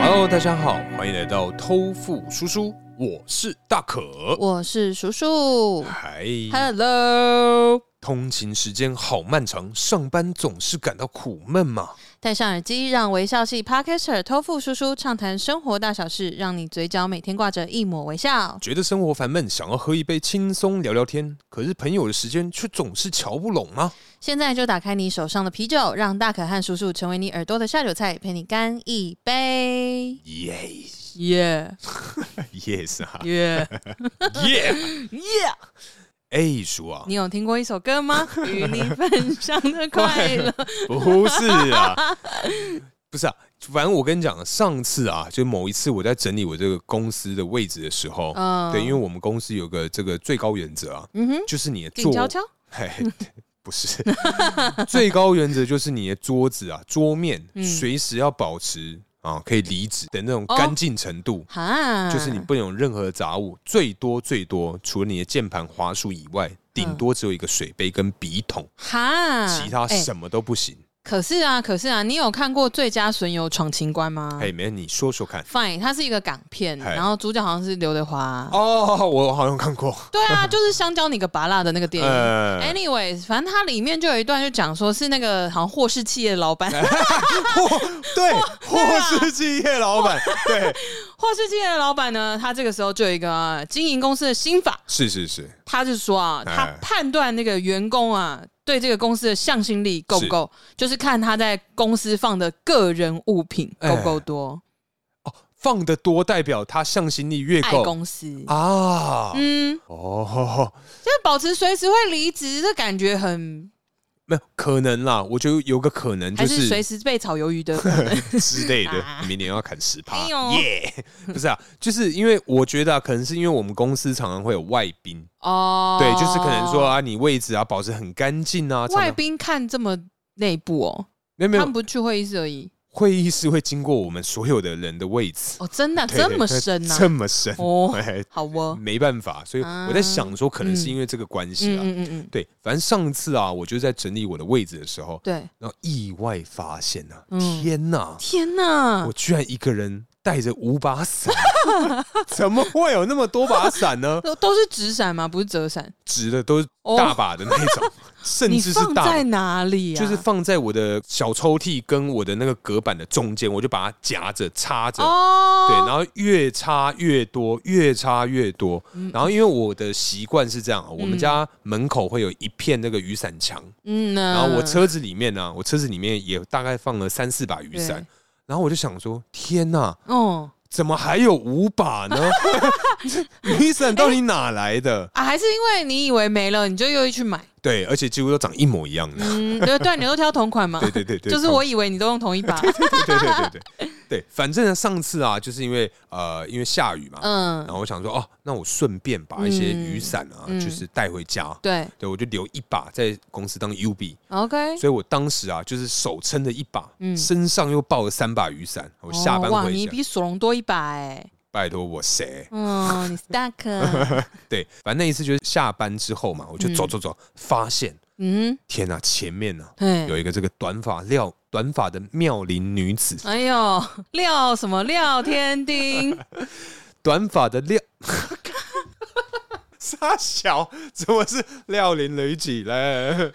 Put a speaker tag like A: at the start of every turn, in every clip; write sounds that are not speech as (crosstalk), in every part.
A: Hello，大家好，欢迎来到偷富叔叔，我是大可。
B: 我是叔叔。
A: 嗨
B: Hello，
A: 通勤时间好漫长，上班总是感到苦闷嘛。
B: 戴上耳机，让微笑系 Podcaster 偷富叔叔畅谈生活大小事，让你嘴角每天挂着一抹微笑。
A: 觉得生活烦闷，想要喝一杯轻松聊聊天，可是朋友的时间却总是瞧不拢啊吗？
B: 现在就打开你手上的啤酒，让大可和叔叔成为你耳朵的下酒菜，陪你干一杯。
A: Yes,
B: 耶
A: yes 啊
B: 耶
A: ，Yeah！
B: 耶！
A: 哎，叔啊
B: 你，有听过一首
A: (laughs)
B: 歌吗？与你分享的快乐。
A: 不是啊，不是啊，反正我跟你讲，上次啊，就某一次我在整理我这个公司的位置的时候，
B: 嗯
A: 对，因为我们公司有个这个最高原则啊，
B: 嗯哼，
A: 就是你的
B: 静
A: 座，
B: 悄悄。 (laughs)
A: 嘿， (laughs) 不是，最高原则就是你的桌子啊，桌面
B: 嗯
A: 随、时要保持啊可以离子的那种
B: 哦嗯
A: 干净程度。
B: 哈，
A: 就是你不能有任何的杂物，最多最多除了你的键盘、滑鼠以外，顶
B: 嗯
A: 多只有一个水杯跟笔筒，
B: 哈，
A: 其他
B: 哎
A: 什么都不行。
B: 可是啊，可是啊，你有看过《最佳损友闯情关》吗？
A: 哎，没人，你说说看。
B: Fine，它是一个港片，
A: 嘿
B: 然后主角好像是刘德华。
A: 哦，我好像看过。
B: 对啊， (laughs) 就是香蕉你个拔辣的那个电影。
A: 呃，
B: Anyways，反正它里面就有一段就讲说是那个好像霍氏企业的
A: (laughs)
B: 老板，
A: 霍
B: (laughs)
A: 对，霍
B: 啊
A: 氏企业老板，对，
B: 霍氏企业的老板呢，他这个时候就有一个呃经营公司的心法，
A: 是是是，
B: 他是说啊，
A: 哎
B: 他判断那个员工啊对这个公司的向心力够不够，就是看他在公司放的个人物品
A: 哎
B: 够不够多，
A: 哦放的多代表他向心力越
B: 爱
A: 够
B: 公司。
A: 啊。
B: 嗯，
A: 哦，
B: 就是保持随时会离职，这感觉很
A: 没有可能啦，我觉得有个可能就
B: 还是随
A: 是
B: 时被炒鱿鱼
A: (laughs)
B: 的 (laughs)
A: 之类的，
B: 啊
A: 明年要砍十趴，
B: 哎呦
A: 耶！ (laughs) 不是啊，就是因为我觉得啊，可能是因为我们公司常常会有外宾，
B: 哦。
A: 对，就是可能说啊，你位置啊保持很干净啊，常
B: 外
A: 常
B: 宾看这么内部哦，
A: 没有没
B: 他们
A: 有，
B: 不去会议室而已
A: 会议室会经过我们所有的人的位置，
B: 哦，真的啊、
A: 对 (laughs)
B: 这么深呐、
A: 这么深，
B: 哦，
A: 哎
B: 好
A: (laughs)
B: 哦，
A: 没办法，所以我在想说，可能是因为这个关系
B: 嗯
A: 啊。
B: 嗯嗯嗯，
A: 对，反正上次啊，我就在整理我的位置的时候，
B: 对，
A: 然后意外发现呐、啊，
B: 嗯
A: 天呐，
B: 天哪
A: 我，居然一个人带着五把
B: (laughs)
A: 伞，怎么会有那么多把伞呢？
B: 都都是纸伞吗？不是折伞，
A: 直的都是大把的那种，
B: (laughs)
A: 甚
B: 哦你
A: 至是
B: 放
A: 大
B: 在
A: 把。
B: 哪里啊？
A: 就是放在我的小抽屉跟我的那个隔板的中间，我就把它夹着插着，
B: 哦，
A: 对，然后越插越多，越插越多。
B: 嗯
A: 然后因为我的习惯是这样，啊我们家门口会有一片那个雨伞墙，
B: 嗯呢，
A: 然后我车子里面呢、我车子里面也大概放了三四把雨伞
B: 对，
A: 然后我就想说，天呐，
B: 哦
A: 怎么还有五把呢？ (laughs) 雨伞到底哪来的？
B: 啊，还是因为你以为没了，你就又去买，
A: 对，而且几乎都长一模一
B: (laughs)
A: 样的。 (laughs)
B: 嗯，对对，你都挑同款嘛，
A: 对对对对，
B: 就是
A: (laughs)
B: 我以为你都用同一把，
A: 对。对对对对对对，反正呢上次啊，就是因为呃，因为下雨嘛，
B: 嗯
A: 然，后我想说，哦，那我顺便把一些雨伞啊，
B: 嗯嗯
A: 就是带回家。
B: 对
A: 对，我就留一把在公司当 U B，
B: ，OK，
A: 所以我当时啊，就是手撑着一把，
B: 嗯
A: 身上又抱了三把雨伞。我下班
B: 哦哇，
A: 回
B: 你
A: 家，
B: 比索隆多一把哎，
A: 拜托我谁？
B: 嗯，你
A: (laughs)
B: stack，
A: 对，反正那一次就是下班之后嘛，我就走走走，发现
B: 嗯，
A: 天呐、前面呢、
B: 对
A: 有。一个这个短发廖短发的妙龄女子，
B: (laughs) 哎呦，廖什么廖天丁？
A: 短发的廖。傻小，怎么是廖林雷几嘞？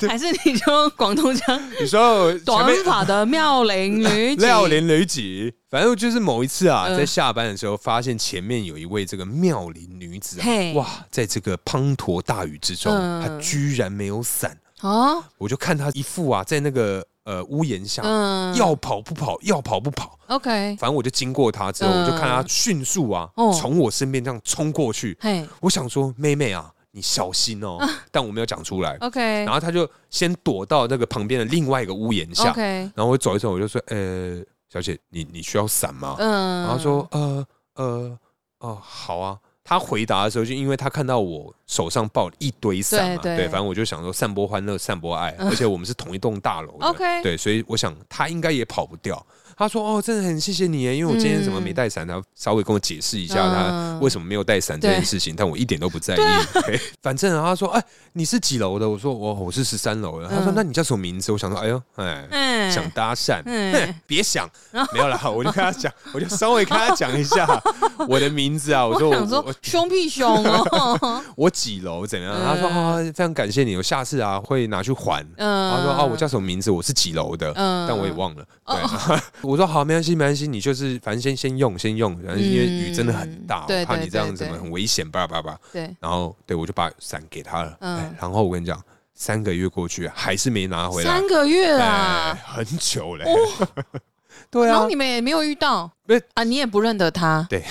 A: (laughs)
B: 还是你就用广东腔？
A: 你说前
B: 短
A: 面
B: 发的妙龄女子
A: 廖林雷几？反正就是某一次啊，
B: 嗯
A: 在下班的时候，发现前面有一位这个妙龄女子啊
B: 嘿，
A: 哇，在这个滂沱大雨之中，
B: 嗯
A: 她居然没有伞，
B: 哦，
A: 我就看她一副啊，在那个。呃屋檐下，
B: 嗯
A: 要跑不跑，要跑不跑。
B: OK，
A: 反正我就经过他之后，
B: 嗯
A: 我就看他迅速啊
B: 哦，
A: 从我身边这样冲过去。
B: 嘿
A: 我想说，妹妹啊，你小心哦，但我没有讲出来。
B: 啊 (laughs) ，OK，
A: 然后他就先躲到那个旁边的另外一个屋檐下，
B: OK，
A: 然后我走一走，我就说，呃，小姐，你你需要伞吗？
B: 嗯，
A: 然后说，呃呃哦，好啊。他回答的时候，就因为他看到我手上抱一堆伞嘛，
B: 对对
A: 反正我就想说散播欢乐，散
B: (laughs)
A: 播爱，而且我们是同一栋大楼的
B: OK
A: 对，所以我想他应该也跑不掉。他说：“哦，真的很谢谢你耶，因为我今天怎么没带伞？”他稍微跟我解释一下他
B: 嗯
A: 为什么没有带伞这件
B: 对
A: 事情，但我一点都不在意。对， (laughs) 反正啊他说：“哎，你是几楼的？”我说：“哦我我是十三楼的。”他说：“
B: 嗯
A: 那你叫什么名字？”我想说：“哎呦，哎，
B: 嗯
A: 想搭讪，
B: 嗯
A: 哼 (laughs) 别想，没有啦，
B: (laughs)
A: 我就跟他讲，我就稍微跟他讲一下我的名字啊，我说
B: 我
A: 我
B: 想说
A: 我
B: 凶屁凶
A: (laughs)
B: 哦，
A: 我几楼怎样？
B: 嗯
A: 他说啊，非常感谢你，我下次啊会拿去还。
B: 嗯，
A: 他说啊，我叫什么名字？我是几楼的，
B: 嗯
A: 但我也忘了。对， (laughs) 我说好，没关系，没关系，你就是反正先先用，先用，反正因为雨真的很大，
B: 对
A: 我怕
B: 对
A: 你这样子
B: 对对
A: 很危险，叭叭叭。
B: 对，
A: 然后对我就把伞给他了，
B: 嗯
A: 哎然后我跟你讲，三个月过去还是没拿回来，
B: 三个月
A: 哎
B: 啦，
A: 很久嘞。
B: (laughs)
A: 对
B: 然
A: 啊
B: 后，你们也没有遇到
A: 不是
B: 啊，你也不认得他，
A: 对
B: 啊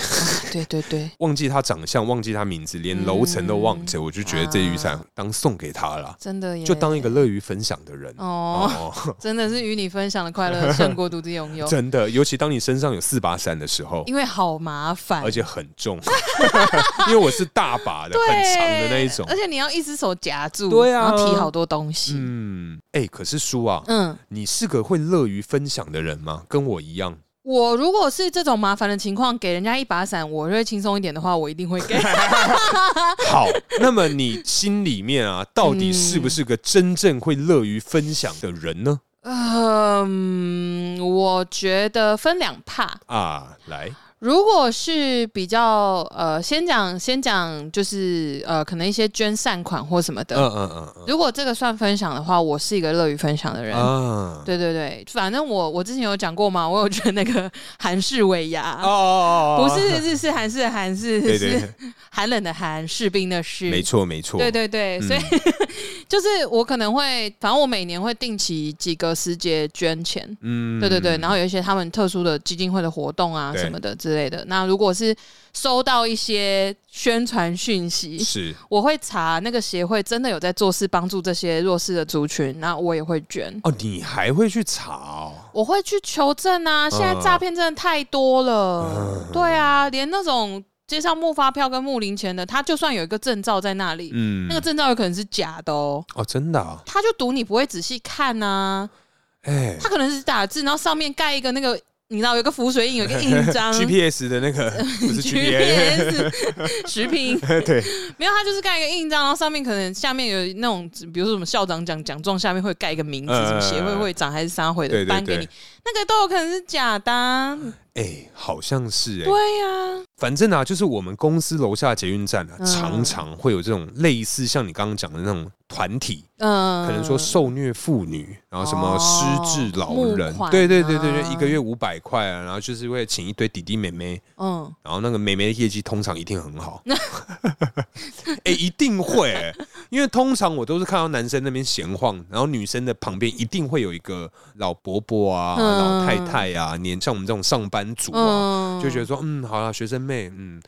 B: 对对对，
A: 忘记他长相，忘记他名字，连楼层都忘
B: 嗯
A: 记，我就觉得这雨伞当送给他了，
B: 真的耶，
A: 就当一个乐于分享的人。
B: 嗯哦，
A: 哦，，
B: 真的是与你分享的快乐胜过独自拥 (laughs) 有
A: 真的，尤其当你身上有四把伞的时候，
B: 因为好麻烦，
A: 而且很重，
B: (laughs)
A: (laughs) 因为我是大把的、
B: 对
A: 很长的那一种
B: 而。且你要一只手夹住，
A: 对啊
B: 然后提好多东西，
A: 嗯，哎，可是叔啊，
B: 嗯。
A: 你是个会乐于分享的人吗？跟我一
B: (laughs)
A: 样，
B: 我如果是这种麻烦的情况，给人家一把伞，我会轻松一点的话，我一
A: (laughs)
B: 定会给。
A: 好，那么你心里面啊，到底是不是个真正会乐于分享的人呢？
B: 嗯，我觉得分两帕。
A: 啊，来，
B: 如果是比较呃，先讲先讲，就是呃，可能一些捐善款或什么的。
A: 嗯嗯嗯
B: 如果这个算分享的话，我是一个乐于分享的人。
A: 嗯，啊，
B: 对对对，反正我我之前有讲过嘛，我有捐那个韩式尾牙。
A: 哦哦哦，哦
B: 不是日式韩式的韩式，
A: 对对
B: 是寒冷的寒，士兵的
A: (laughs)
B: 士，
A: 没错嗯没错，
B: 对对对，所以 (laughs) 就是我可能会，反正我每年会定期几个时节捐钱，
A: 嗯
B: 对对对，然后有一些他们特殊的基金会的活动啊
A: 对
B: 什么的之类的。那如果是收到一些宣传讯息，
A: 是
B: 我会查那个协会真的有在做事帮助这些弱势的族群，那我也会捐。
A: 哦，你还会去查哦，
B: 我会去求证啊！
A: 嗯
B: 现在诈骗真的太多了，对啊，连那种街上木发票跟木零钱的，他就算有一个证照在那里，
A: 嗯，
B: 那个证照有可能是假的哦。
A: 哦真的啊，
B: 他就赌你不会仔细看呐、
A: 哎
B: 他可能是打字，然后上面盖一个那个，你知道有一个浮水印，有一个印
A: (laughs)
B: 章。
A: ，GPS 的那
B: 嗯
A: 个 (laughs) 不
B: (laughs)
A: 是 GPS， (laughs)
B: GPS 食品
A: 对，
B: 没有，他就是盖一个印章，然后上面可能下面有那种，比如说什么校长奖奖状下面会盖一个名字，
A: 嗯
B: 什么协会会长还是商会
A: 对
B: 的
A: 对
B: 颁给你
A: 对，
B: 那个都有可能是假的啊、
A: 哎，好像是哎，
B: 对呀、
A: 反正啊，就是我们公司楼下捷运站啊，
B: 嗯
A: 常常会有这种类似像你刚刚讲的那种团体，
B: 嗯，
A: 可能说受虐妇女，然后什么失智老人
B: 哦募，款
A: 对对对对对，
B: 啊
A: 一个月五百块啊，然后就是会请一堆弟弟妹妹，
B: 嗯，
A: 然后那个妹妹的业绩通常一定很
B: (laughs)
A: 好，哎、一定会、欸因为通常我都是看到男生那边闲晃，然后女生的旁边一定会有一个老伯伯啊、
B: 嗯
A: 老太太啊，年像我们这种上班族啊，
B: 嗯，
A: 就
B: (laughs)
A: 觉得说，嗯，好啦，学生妹，嗯，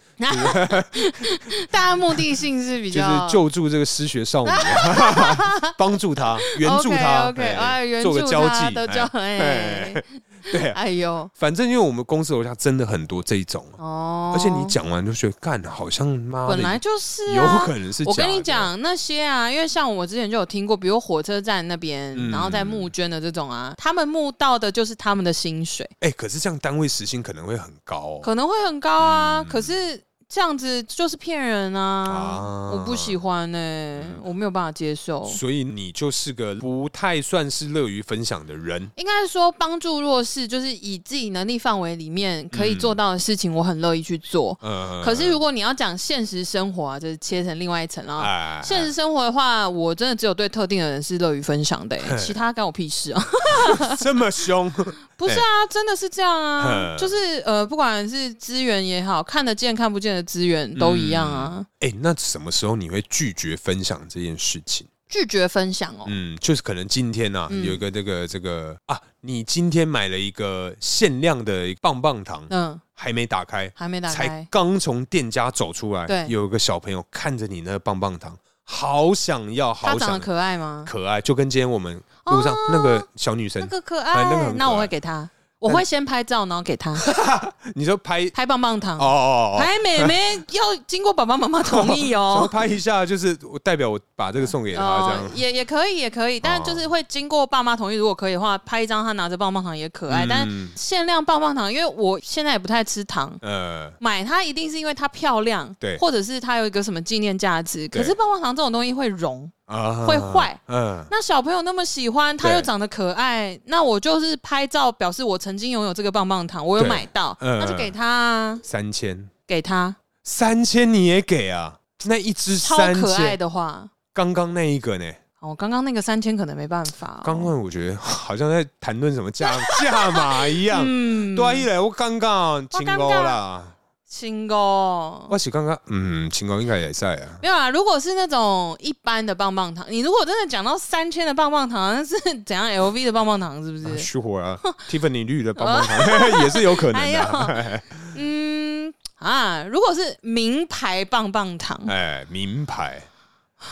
B: 大家目的性是比
A: (laughs) 就是
B: 较
A: 救助这个失学少女，啊
B: (laughs)
A: 帮助她，援助她
B: OK，
A: 哎
B: 哎，援
A: 做
B: 助
A: 个交
B: 他
A: 际，
B: 都
A: 哎
B: 交哎，
A: (laughs) 对
B: (laughs)
A: 啊、
B: 哎呦，
A: 反正因为我们公司楼下真的很多这一种啊，
B: 哦，
A: 而且你讲完就觉得，干，好像妈的
B: 本来就是
A: 有
B: 啊。
A: 可能是
B: 我跟
A: 假
B: 你
A: 的
B: 讲那些啊，因为像我之前就有听过，比如火车站那边，
A: 嗯
B: 然后在募捐的这种啊，他们募到的就是他们的薪水，
A: 哎、可是这样单位时薪可能会很高、哦。
B: 可能会很高啊，
A: 嗯
B: 可是这样子就是骗人啊，
A: 啊嗯
B: 我不喜欢呢、我没有办法接受。
A: 所以你就是个不太算是乐于分享的人。
B: 应该说帮助弱势，就是以自己能力范围里面可以
A: 嗯
B: 做到的事情，我很乐意去做。
A: 呃，
B: 可是如果你要讲现实生活啊，就是切成另外一层啊。
A: 哎 (laughs)
B: 现实生活的话，我真的只有对特定的人是乐于分享的、
A: (laughs)
B: 欸，其他干我屁事啊！
A: 这么凶，
B: 不是啊，真的是这样啊
A: 哎嗯，
B: 就是呃，不管是资源也好看得见看
A: 嗯
B: 不见的资源都一样啊。
A: 哎、那什么时候你会拒绝分享这件事情？
B: 拒绝分享哦。
A: 嗯，就是可能今天啊，
B: 嗯
A: 有一个这个这个啊，你今天买了一个限量的棒棒糖，
B: 嗯，
A: 还没打开，
B: 还没打
A: 才
B: 开，
A: 刚从店家走出来，
B: 对
A: 有一个小朋友看着你那个棒棒糖，好想要，
B: 他
A: 好
B: 长得
A: 想
B: 可爱吗？
A: 可爱，就跟今天我们路上
B: 哦
A: 那个小女
B: 那
A: 生，
B: 个可
A: 哎那个很可
B: 爱
A: 爱，
B: 那我会给他，我会先拍照，然后给他
A: 你说拍
B: 拍棒棒糖
A: 哦。哦哦
B: 拍妹妹要经过爸爸妈妈同意
A: 哦，想 (laughs)
B: 哦
A: 要。拍一下，就是我代表我把这个送给他这
B: 哦
A: 样，。哦
B: 也也可以，也可以，但就是会经过爸妈同意。如果可以的话，拍一张他拿着棒棒糖也可爱。但是
A: 嗯
B: 限量棒棒糖，因为我现在也不太吃糖，
A: 呃，
B: 买它一定是因为它漂亮，
A: 对
B: 或者是它有一个什么纪念价值。
A: 对
B: 可是棒棒糖这种东西会融，
A: 啊
B: 会坏，
A: 嗯，
B: 那小朋友那么喜欢，它
A: 对
B: 又长得可爱，那我就是拍照表示我曾经拥有这个棒棒糖，我有
A: 对
B: 买到，
A: 嗯
B: 那就给他啊，
A: 三千，
B: 给他
A: 三千你也给啊？那一只
B: 超
A: 三
B: 可爱
A: 千，
B: 的话。
A: 刚刚那一个呢？
B: 哦，刚刚那个三千可能没办法、哦，
A: 刚刚我觉得好像在谈论什么价价码一样。
B: 嗯
A: 对啊，一来我刚刚清高啦，
B: 亲哥。
A: 我是刚刚嗯，清高应该也在啊。
B: 哦没有啊，如果是那种一般的棒棒糖，你如果真的讲到三千的棒棒糖，那是怎样 LV 的棒棒糖是不
A: 啊
B: 是？
A: 虚火啊，Tiffany 绿的棒棒糖也是有可能的啊。
B: 嗯啊，如果是名牌棒棒糖，
A: 哎，名牌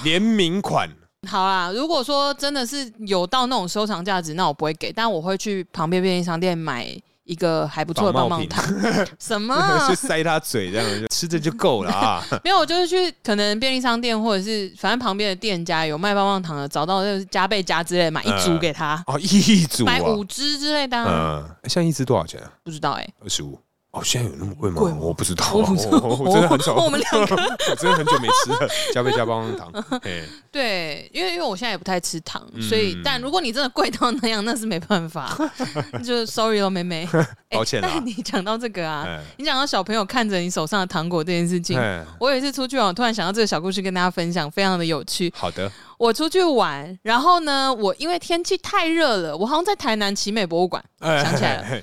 A: 联名款，
B: 好啦，如果说真的是有到那种收藏价值，那我不会给，但我会去旁边便利商店买一个还不错的棒棒糖。 (laughs) 什么？
A: (laughs) 就塞他嘴这样，吃着就够了
B: (laughs)
A: 啊。
B: 没有，我就是去可能便利商店或者是反正旁边的店家有卖棒棒糖的，找到就是加倍加之类的买一
A: 呃
B: 组给他，
A: 哦，一组啊
B: 买，五支之类的啊、
A: 嗯，现在一支多少钱啊？
B: 不知道哎、
A: 二十五。哦，现在有那么贵吗？
B: 贵吗
A: 我不知道啊，
B: 我不知道
A: 我我真的很少，
B: 我们两
A: 个， (laughs) 我真的很久没吃了加倍加棒棒
B: (laughs)
A: 糖。哎，
B: 对，因为因为我现在也不太吃糖，
A: 嗯
B: 所以但如果你真的贵到那样，那是没办法，就 sorry 咯，妹
A: (laughs)
B: 妹。哎
A: 抱歉啦
B: 但你讲到这个啊，
A: 哎
B: 你讲到小朋友看着你手上的糖果这件事情，
A: 哎
B: 我有一次出去玩，我突然想到这个小故事跟大家分享，非常的有趣。
A: 好的，
B: 我出去玩，然后呢，我因为天气太热了，我好像在台南奇美博物馆，
A: 哎
B: 想起来了
A: 了，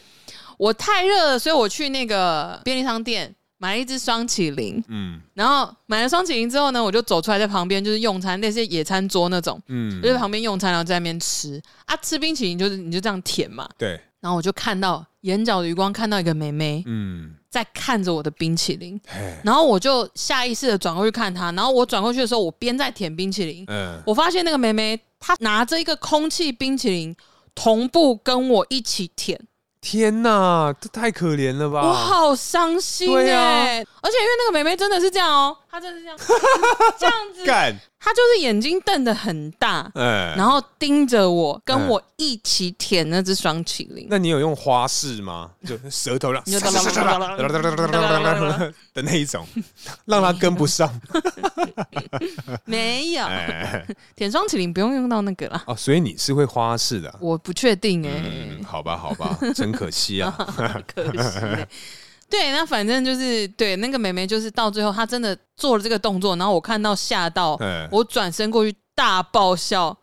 B: 我太热了，所以我去那个便利商店买了一只双麒麟。
A: 嗯
B: 然后买了双麒麟之后呢，我就走出来，在旁边就是用餐，类似野餐桌那种，
A: 嗯
B: 就，在旁边用餐，然后在那边吃啊，吃冰淇淋就是你就这样舔嘛。
A: 对，
B: 然后我就看到眼角的余光看到一个妹妹
A: 嗯，
B: 在看着我的冰淇淋，
A: 嘿，
B: 然后我就下意识的转过去看她，然后我转过去的时候，我边在舔冰淇淋，
A: 嗯，
B: 我发现那个妹妹她拿着一个空气冰淇淋，同步跟我一起舔，
A: 天哪，这太可怜了
B: 我
A: 吧！
B: 好伤心哎、
A: 对啊
B: 而且因为那个妹妹真的是这样哦、她真的是这样 (laughs) 这样子，
A: 干，
B: 她就是眼睛瞪得很大。
A: 哎，
B: 然后盯着我，跟
A: 嗯
B: 我一起舔那只双麒麟。
A: 那你有用花式吗？就舌头让
B: (laughs) 你就哒啦啦啦啦啦啦啦啦啦啦啦
A: 的那一种，让他跟不上。
B: 没有
A: (laughs) 哎，
B: 舔双麒麟不用用到那个啦，
A: 哦，所以你是会花式的啊。
B: 我不确定哎、
A: 嗯，好吧，好吧，真可惜
B: (laughs)
A: 啊。
B: 可
A: (laughs)
B: 惜、欸。对，那反正就是对那个妹妹，就是到最后她真的做了这个动作，然后我看到吓到，
A: 哎，
B: 我转身过去大爆笑，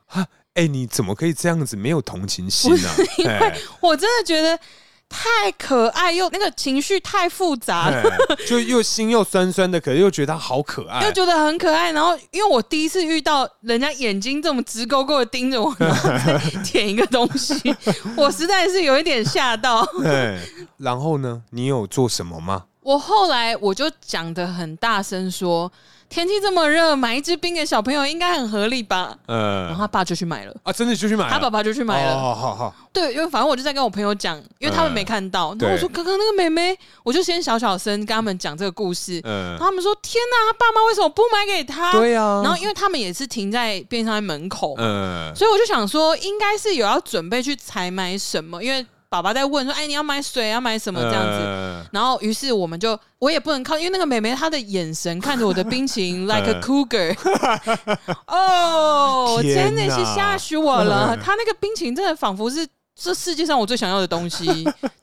A: 哎，你怎么可以这样子没有同情心啊？哎
B: 我真的觉得太可爱又那个情绪太复杂了。
A: 哎就又心又酸酸的，可是又觉得他好可爱
B: 又。觉得很可爱，然后因为我第一次遇到人家眼睛这么直勾勾的盯着我，然后在舔一个东
A: (laughs)
B: 西，我实在是有一点吓到。
A: 哎，然后呢？你有做什么吗？
B: 我后来我就讲的很大声说，天气这么热，买一支冰给小朋友应该很合理吧？然后
A: 呃，
B: 他爸就去买了。
A: 啊，真的就去买了，
B: 他爸爸就去买了，
A: 哦，嗯好好，
B: 对，因为反正我就在跟我朋友讲，因为他们没看到。然后我说刚刚那个妹妹，我就先小小声跟他们讲这个故事。
A: 嗯
B: 然后他们说天哪，他爸妈为什么不买给他？
A: 对啊呀，
B: 然后因为他们也是停在便利商店门口，
A: 嗯，
B: 所以我就想说，应该是有要准备去采买什么，因为爸爸在问说，哎，你要买水，要买什么这样子。
A: 子，
B: 然后，于是我们就，我也不能靠，因为那个妹妹她的眼神看着我的冰淇
A: (laughs)
B: 淋，like
A: 嗯
B: a cougar。哦，
A: 天
B: 真的是
A: 哪嗯
B: 吓死我了！她那个冰淇淋真的仿佛是这世界上我最想要的东西，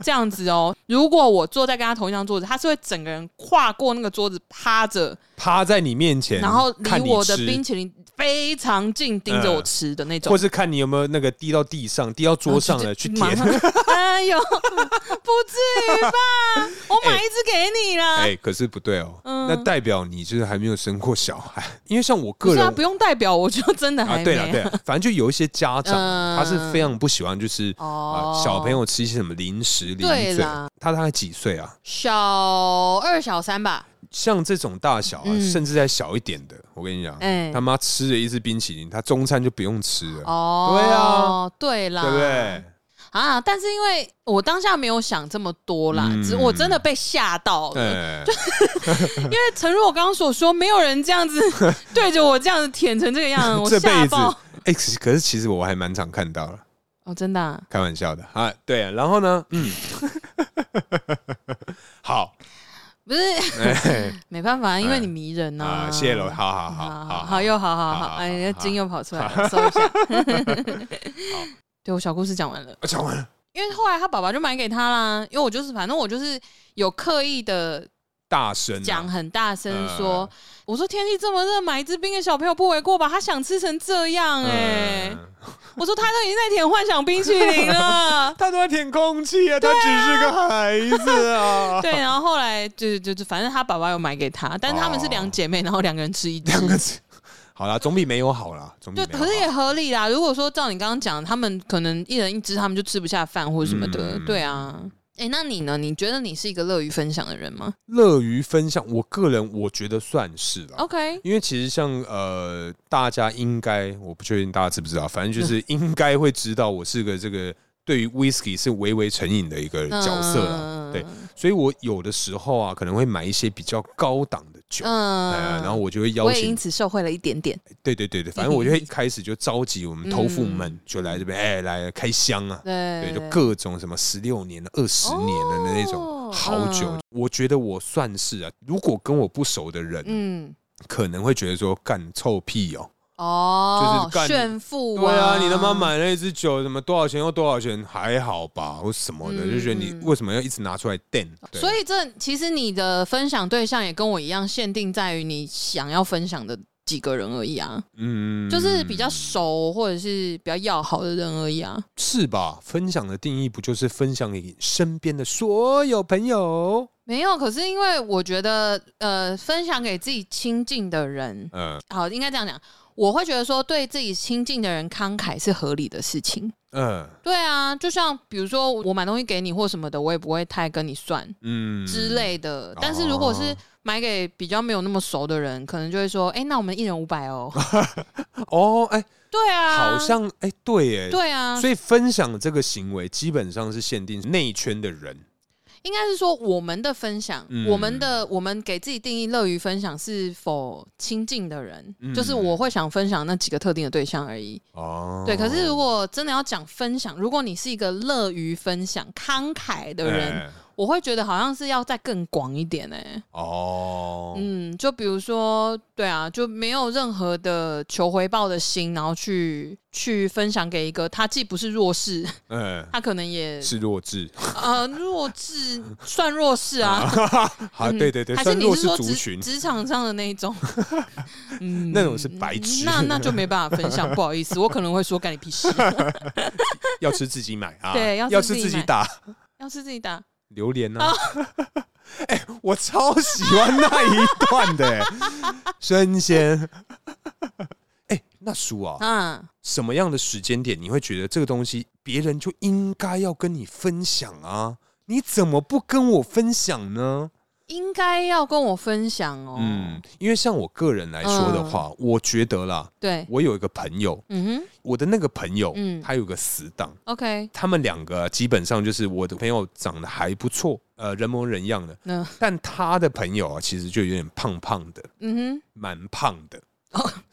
B: 这样子哦。如果我坐在跟她同一张桌子，她是会整个人跨过那个桌子趴着
A: 趴在你面前，
B: 然后
A: 看
B: 离
A: 你
B: 我的
A: 吃嗯
B: 冰淇淋非常近，盯着我吃的那种
A: 或。是看你有没有那个滴到地上、滴到桌上了去舔
B: 马。上 (laughs) 哎呦，不至
A: (laughs)
B: 于吧？我买一只给你啦。
A: 哎、可是不对哦，
B: 嗯
A: 那代表你就是还没有生过小孩，因为像我
B: 不
A: 个
B: 是
A: 人
B: 啊，不用代表，我就真的还
A: 啊，
B: 没。
A: 对了对了，反正就有一些家长、啊
B: (laughs) 嗯
A: 他是非常不喜欢，就是、
B: 哦
A: 呃、小朋友吃一些什么零食零
B: 对
A: 嘴，
B: 啦
A: 他大概几岁啊？
B: 小二、小三吧。
A: 像这种大小啊，
B: 嗯
A: 甚至再小一点的，我跟你讲，
B: 哎
A: 他妈吃了一只冰淇淋，他中餐就不用吃了，
B: 哦，对啊，对啦，
A: 啊对不对？
B: 啊，但是因为我当下没有想这么多啦，
A: 嗯
B: 只我真的被吓到了。
A: 哎，
B: 因为诚如我刚刚所说，没有人这样子 (laughs) 对着我这样子舔成这个
A: (laughs)
B: 样，我
A: 这
B: 吓
A: 辈子
B: 爆。
A: 哎、可是可是其实我还蛮常看到了。
B: 哦，真的啊、
A: 开玩笑的啊，对啊，然后呢，嗯，好，
B: 不是 (laughs)
A: 哎
B: 没办法，因为
A: 哎
B: 你迷人呐、
A: 啊，谢了，好好
B: 好
A: 好
B: 好
A: 好
B: 好又好
A: 好
B: 好好，
A: 好
B: 哎，
A: 好
B: 金又跑出来了，搜
A: (laughs)
B: 一下。对我小故事讲完了，
A: 我啊讲完了，
B: 因为后来他爸爸就买给他啦，因为我就是反正我就是有刻意的
A: 大声啊
B: 讲很大声说，我说天气这么热，买一支冰给小朋友不为过吧？他想吃成这样哎、
A: 嗯。
B: 我说他都已经在舔幻想冰淇淋
A: (laughs)
B: 了
A: 他都在舔空气啊，他只是个孩子啊，
B: (laughs) 对，然后后来就就就反正他爸爸有买给他，但是他们是两姐妹，然后两个人吃一只，
A: 哦两个字，好啦，总比没有好啦，总比
B: 对，
A: 没有
B: 可是
A: 好
B: 也合理啦。如果说照你刚刚讲，他们可能一人一只，他们就吃不下饭或者什么的，
A: 嗯
B: 对啊。哎、那你呢？你觉得你是一个乐于分享的人吗
A: 乐于分享，我个人我觉得算是啦。
B: ？OK，
A: 因为其实像呃，大家应该我不确定大家知不知道，反正就是
B: 嗯
A: 应该会知道我是个这个对于 whisky 是微微成瘾的一个角色啦。
B: 嗯
A: 对所以我有的时候啊，可能会买一些比较高档的酒，
B: 嗯
A: 哎然后我就会邀
B: 我也因
A: 请，
B: 此受惠了一点点。
A: 对对对对，反正我就会一开始就召集我们头父们就来这边，哎，来开箱啊，
B: 嗯对
A: 对，就各种什么十六年的、二十年的那
B: 哦
A: 种好酒
B: 嗯，
A: 我觉得我算是啊，如果跟我不熟的人，
B: 嗯
A: 可能会觉得说干臭屁哦，
B: 哦，
A: 就是干
B: 炫富、
A: 对啊，你他妈买了一支酒，什么多少钱又多少钱，还好吧，或什么的，
B: 嗯
A: 就觉得你为什么要一直拿出来垫？对
B: 所以这其实你的分享对象也跟我一样，限定在于你想要分享的几个人而已啊，
A: 嗯
B: 就是比较熟或者是比较要好的人而已啊。
A: 是吧？分享的定义不就是分享给身边的所有朋友？
B: 没有，可是因为我觉得，呃，分享给自己亲近的人，
A: 嗯
B: 好，应该这样讲，我会觉得说，对自己亲近的人慷慨是合理的事情。
A: 嗯
B: 对啊，就像比如说我买东西给你或什么的，我也不会太跟你算
A: 嗯
B: 之类的。
A: 哦
B: 但是如果是买给比较没有那么熟的人，可能就会说，哎、那我们一人五
A: (laughs)
B: 百哦。
A: 哦，哎、
B: 对啊，
A: 好像哎、对耶，
B: 对啊，
A: 所以分享这个行为基本上是限定内圈的人，
B: 应该是说我们的分享，
A: 嗯
B: 我们的我们给自己定义乐于分享是否亲近的人，
A: 嗯
B: 就是我会想分享那几个特定的对象而已。
A: 哦，
B: 对，可是如果真的要讲分享，如果你是一个乐于分享、慷慨的人，
A: 哎
B: 我会觉得好像是要再更广一点哎、
A: 哦，
B: 嗯，就比如说，对啊，就没有任何的求回报的心，然后去去分享给一个他既不是弱势， (laughs)
A: 嗯、
B: 他可能也
A: 是弱智，
B: 呃弱智，算弱势啊，
A: 好，
B: 嗯
A: 对对对，
B: 还
A: 算
B: 是你
A: 弱
B: 是
A: 势
B: 说
A: 族
B: 职
A: 群，
B: 职场上的那一种， (laughs) 嗯
A: (laughs) 那种是白痴
B: 那那就没办法分享，不好意思，我可能会说干你屁事，
A: 要吃自己买啊，
B: 对要吃
A: 要
B: 自
A: 吃
B: 己
A: 自己
B: 买哦
A: 打
B: 要是自
A: (laughs)
B: 己打，
A: 榴莲啊。 (laughs) 哎、我超喜欢那一段的、哎生鲜。哎、那叔啊，
B: 嗯。
A: 什么样的时间点你会觉得这个东西别人就应该要跟你分享啊？你怎么不跟我分享呢？
B: 应该要跟我分享哦。嗯
A: 嗯，因为像我个人来说的话，我觉得啦，
B: 对，
A: 我有一个朋友，
B: 嗯哼
A: 我的那个朋友，
B: 嗯
A: 他有个死党，
B: ，OK，
A: 他们两个基本上就是我的朋友长得还不错，呃，人模人样的，
B: 那
A: 但他的朋友啊，其实就有点胖胖的，
B: 嗯哼，
A: 蛮胖的，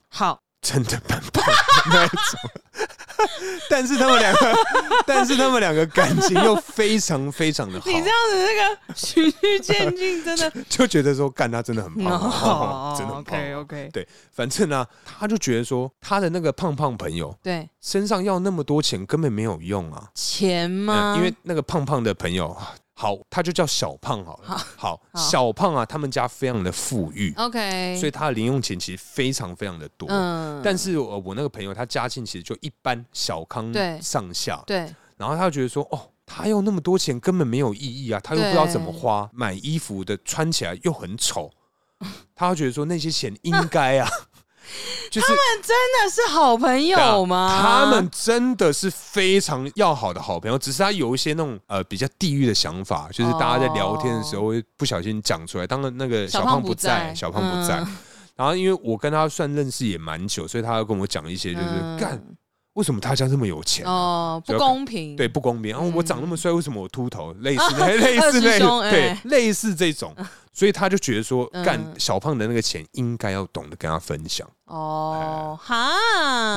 B: 好，
A: 真的蛮胖的那一种。 (laughs) 但是他们两个，但是他们两个感情又非常非常的好
B: 你，这样子
A: (laughs)
B: 那个循序渐进，真的，
A: 就觉得说干他真的很胖，啊
B: 哦
A: 真的很胖。
B: OK OK，
A: 对，反正呢、他就觉得说他的那个胖胖朋友
B: 对，
A: 身上要那么多钱根本没有用啊，
B: 钱
A: 嗯
B: 吗？
A: 因为那个胖胖的朋友啊好，他就叫小胖好了。好，
B: 好
A: 小胖啊，他们家非常的富裕，
B: OK，
A: 所以他的零用钱其实非常非常的多。
B: 嗯
A: 但是呃我我那个朋友，他家境其实就一般，小康
B: 对
A: 上下。
B: 对
A: 然后他就觉得说，哦，他用那么多钱根本没有意义啊，他又不知道怎么花，买衣服的穿起来又很丑，他就觉得说那些钱应该
B: (laughs)
A: 啊，就是
B: 真的是好朋友吗？
A: 啊他们真的是非常要好的好朋友，只是他有一些那种呃比较地域的想法，就是大家在聊天的时候会不小心讲出来。当然那个小胖不在，小
B: 小
A: 胖
B: 胖
A: 不
B: 不在嗯
A: 在。然后因为我跟他算认识也蛮久，所以他要跟我讲一些就是
B: 嗯
A: 干为什么他家这么有钱啊。
B: 哦，
A: 就
B: 不
A: 要
B: 公平，
A: 对，不公平。然、后我长那么帅，为什么我秃
B: (laughs)
A: 头？类似、那类
B: 二
A: 似
B: 师
A: 类
B: 兄
A: 似，对
B: 哎，
A: 类似这种，所以他就觉得说，
B: 嗯
A: 干小胖的那个钱应该要懂得跟他分享。
B: 哦，哈，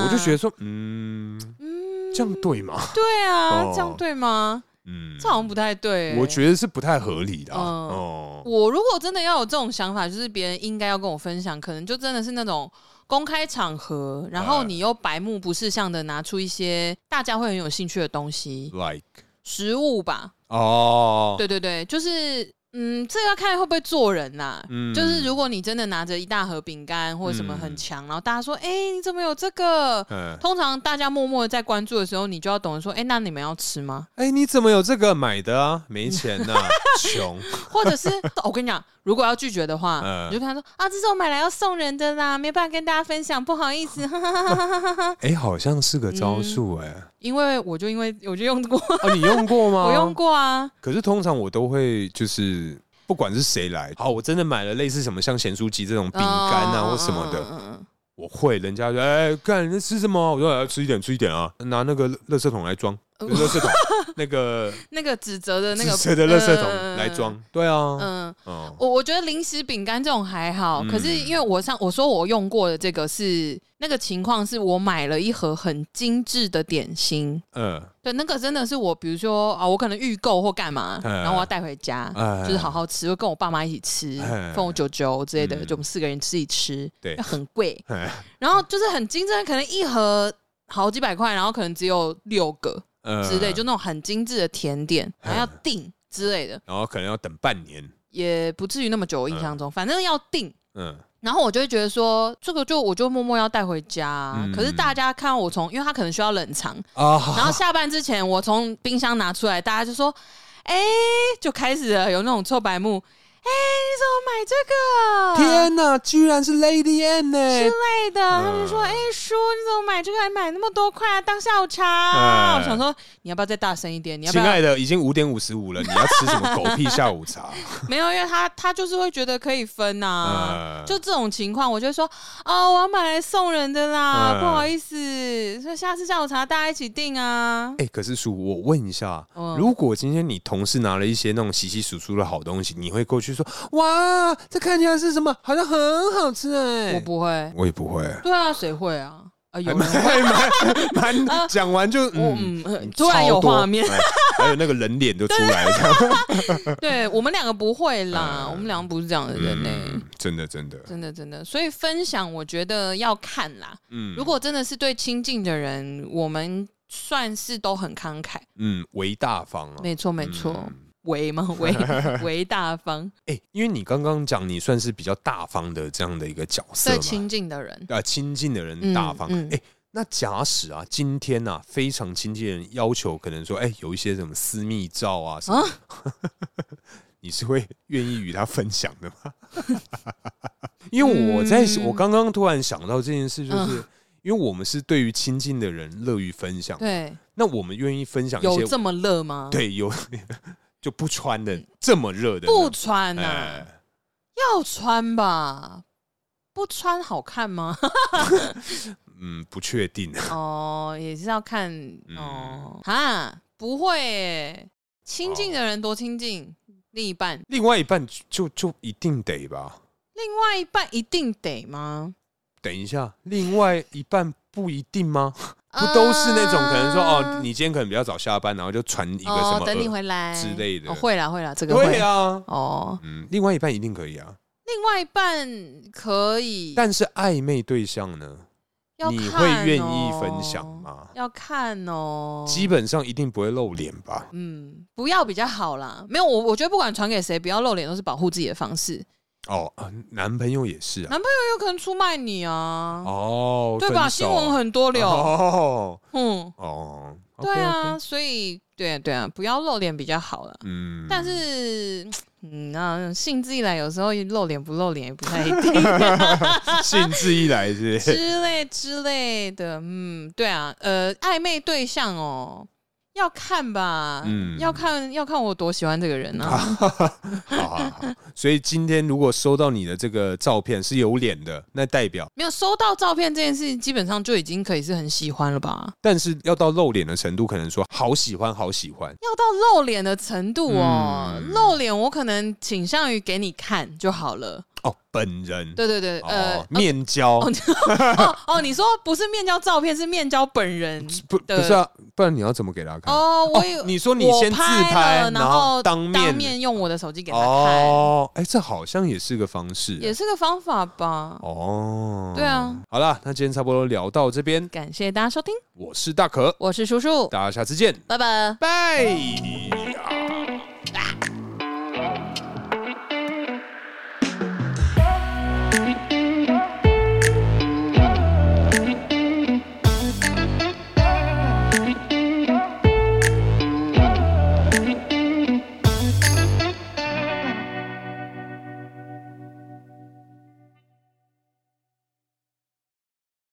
A: 我就觉得，说，嗯，
B: 嗯，
A: 这样对吗？
B: 对啊，
A: 哦
B: 这样对吗？
A: 嗯，
B: 这好像不太对欸，
A: 我觉得是不太合理的啊、
B: 嗯
A: 哦。
B: 我如果真的要有这种想法，就是别人应该要跟我分享，可能就真的是那种公开场合，然后
A: 哎
B: 你又白目不识相的拿出一些大家会很有兴趣的东西，
A: like
B: 食物吧，
A: 嗯哦，
B: 对对对，就是。嗯，这个要看会不会做人呐、
A: 嗯
B: 就是如果你真的拿着一大盒饼干或者什么很
A: 嗯
B: 强，然后大家说：“哎、你怎么有这个？”
A: 嗯，
B: 通常大家默默的在关注的时候，你就要懂得说：“哎、那你们要吃吗？”
A: 哎、你怎么有这个买的啊？没钱
B: (laughs)
A: 呐、穷。
B: 或者是哦我跟你讲，如果要拒绝的话，
A: 嗯
B: 你就跟他说啊，这是我买来要送人的啦，没办法跟大家分享，不好意思，哈 (laughs) 哈哈哈哈哈。
A: 哎、好像是个
B: 嗯
A: 招数哎、
B: 因为我就因为我
A: (laughs)
B: 就用过，
A: 啊，你用过吗？
B: (laughs) 我用。过啊，
A: 可是通常我都会就是。不管是谁来，好，我真的买了类似什么像咸酥鸡这种饼干啊
B: 嗯
A: 或什么，的，
B: 嗯嗯嗯嗯
A: 我会，人家就哎干，你在吃什么？我说哎吃一点吃一点啊，拿那个垃圾桶来装，就是垃圾桶那个
B: 那个指责哦 (laughs) 的那个
A: 紫色的垃圾桶
B: 嗯
A: 来装，对啊，
B: 嗯，
A: 嗯，
B: 我我觉得零食饼干这种还好，
A: 嗯
B: 可是因为我上我说我用过的这个是那个情况，是我买了一盒很精致的点心，
A: 嗯，
B: 对，那个真的是我，比如说啊，我可能预购或干嘛，
A: 哎
B: 然后我要带回家，
A: 哎
B: 就是好好吃，会跟我爸妈一起吃
A: 哎，
B: 跟我舅舅之类的，
A: 嗯
B: 就我们四个人自己吃，
A: 对
B: 那很贵，
A: 哎
B: (laughs) 然后就是很精致，可能一盒好几百块，然后可能只有六个
A: 呃
B: 之类，就那种很精致的甜点，
A: 哎
B: 然后要订之类的，
A: 然后可能要等半年，
B: 也不至于那么久，我印象中，反正要订。
A: 嗯，
B: 然后我就会觉得说，这个就我就默默要带回家啊、
A: 嗯
B: 可是大家看到我从，因为他可能需要冷藏，然
A: 啊，
B: 后下班之前，我从冰箱拿出来，大家就说：“哎、就开始了，有那种臭白目，哎、你怎么买这个？
A: 天哪，居然是 Lady M
B: 之
A: 呢！
B: 类的。”他们就说：“
A: 嗯
B: 哎、叔，你怎么买这个？还买那么多块啊，当下午茶、
A: 哎
B: 我想说，你要不要再大声一点？你要不
A: 亲
B: 要？
A: 爱的，已经五点五十
B: (laughs)
A: 五了，你要吃什么狗屁下午茶？
B: 没有，因为他他就是会觉得可以分呐、
A: 嗯
B: 就这种情况，我就会说哦，我要买来送人的啦，
A: 嗯
B: 不好意思，所以下次下午茶大家一起订啊。
A: 哎，可是叔，我问一下
B: 嗯，
A: 如果今天你同事拿了一些那种稀稀疏疏的好东西，你会过去说：“哇，这看起来是什么？好像很好吃哎！”
B: 我，不会，
A: 我也不会，
B: 对啊，谁会啊？啊，
A: (laughs)
B: 有
A: 还
B: 人
A: 蛮
B: 会。
A: 蛮蛮讲完就
B: 我
A: 嗯，
B: 嗯，呃 (laughs) 突然有
A: 超多，
B: 画面，啊
A: 哎还有那个人脸都出来
B: (laughs)
A: 了，这样
B: 对我们两个不会啦，
A: 嗯
B: 我们两个不是这样的人呢、
A: 嗯真的真的，
B: 真的真的。所以分享我觉得要看啦，
A: 嗯
B: 如果真的是对亲近的人，我们算是都很慷慨，
A: 嗯为大方啊，
B: 没错没错
A: 嗯，
B: (laughs) 为吗？
A: (laughs)
B: 为为大方，
A: 哎、因为你刚刚讲你算是比较大方的这样的一个角色
B: 对
A: 嘛，
B: 亲近的人，
A: 啊，亲近的人
B: 嗯
A: 大方。哎、
B: 嗯
A: 那假使啊，今天啊，非常亲近的人要求可能说，哎、有一些什么私密照啊什么的 (laughs) 你是会愿意与他分享的吗？ (laughs) 因为我在，
B: 嗯
A: 我刚刚突然想到这件事，就是、
B: 嗯
A: 因为我们是对于亲近的人乐于分享，
B: 对，
A: 那我们愿意分享一
B: 有
A: 些
B: 这么热吗？，
A: 对有 (laughs) 就不穿的这么热的
B: 不
A: 呢
B: 穿啊呐、
A: 哎
B: 要穿吧。不穿好看吗？
A: 嗯，不确定。 (laughs)
B: 哦，也是要看
A: 嗯
B: 哦。哈，不会耶，亲近的人多亲近，另一半，
A: 另外一半就就就一定得吧？
B: 另外一半一定得吗？
A: 等一下，另外一半不一定吗？不都是那种可能说
B: 呃
A: 哦，你今天可能比较早下班，然后就传一
B: 一
A: 个什么
B: 哦等你
A: 呃
B: 回来
A: 之类的
B: 哦，会啦会啦，这个
A: 对
B: 会。
A: 啊，
B: 哦，
A: 嗯，另外一半一定可以啊，
B: 另外一半可以，
A: 但是暧昧对象呢？
B: 要
A: 你
B: 看
A: 会愿意
B: 哦
A: 分享吗？
B: 要看哦，
A: 基本上一定不会露脸吧？
B: 嗯，不要比较好啦。没有我，我觉得不管传给谁，不要露脸都是保护自己的方式。
A: 哦，啊男朋友也是啊。
B: 男朋友有可能出卖你啊，
A: 哦，
B: 对吧？
A: 分手
B: 新闻很多流，
A: (laughs) 哦
B: 嗯，
A: 哦，
B: 对
A: OK，OK，
B: 啊，所以对啊对啊，不要露脸比较好啦。
A: 嗯，
B: 但是，嗯，那性质一来，有时候露脸不露脸也不太一 (laughs) 定
A: (laughs) 兴致一来是不是
B: 之类之类的。嗯，对啊，呃，暧昧对象哦，要看吧，
A: 嗯
B: 要看要看我多喜欢这个人啊。
A: 好好好，所以今天如果收到你的这个照片是有脸的，那代表，
B: 没有嗯收到照片这件事，情，基本上就已经可以是很喜欢了吧？
A: 但是要到露脸的程度，可能说好喜欢，好喜欢，
B: 要到露脸的程度哦，
A: 嗯
B: 露脸我可能倾向于给你看就好了。
A: 哦，本人，
B: 对对对，
A: 哦
B: 呃，，
A: 面交，
B: 哦哦，你说不是面交照片，是面交本人。
A: 不
B: 的
A: 不是啊，不然你要怎么给他看？
B: 哦，我有、
A: 哦你说你先自
B: 我
A: 拍
B: 了
A: 然
B: 然
A: 后
B: 后
A: 当面
B: 用我的手机给他看，
A: 哦，哎，这好像也是个方式，
B: 也是个方法吧。
A: 哦，
B: 对啊，
A: 好啦，那今天差不多聊到这边，
B: 感谢大家收听，
A: 我是大可，
B: 我是叔叔，
A: 大家下次见，
B: 拜拜。
A: 拜。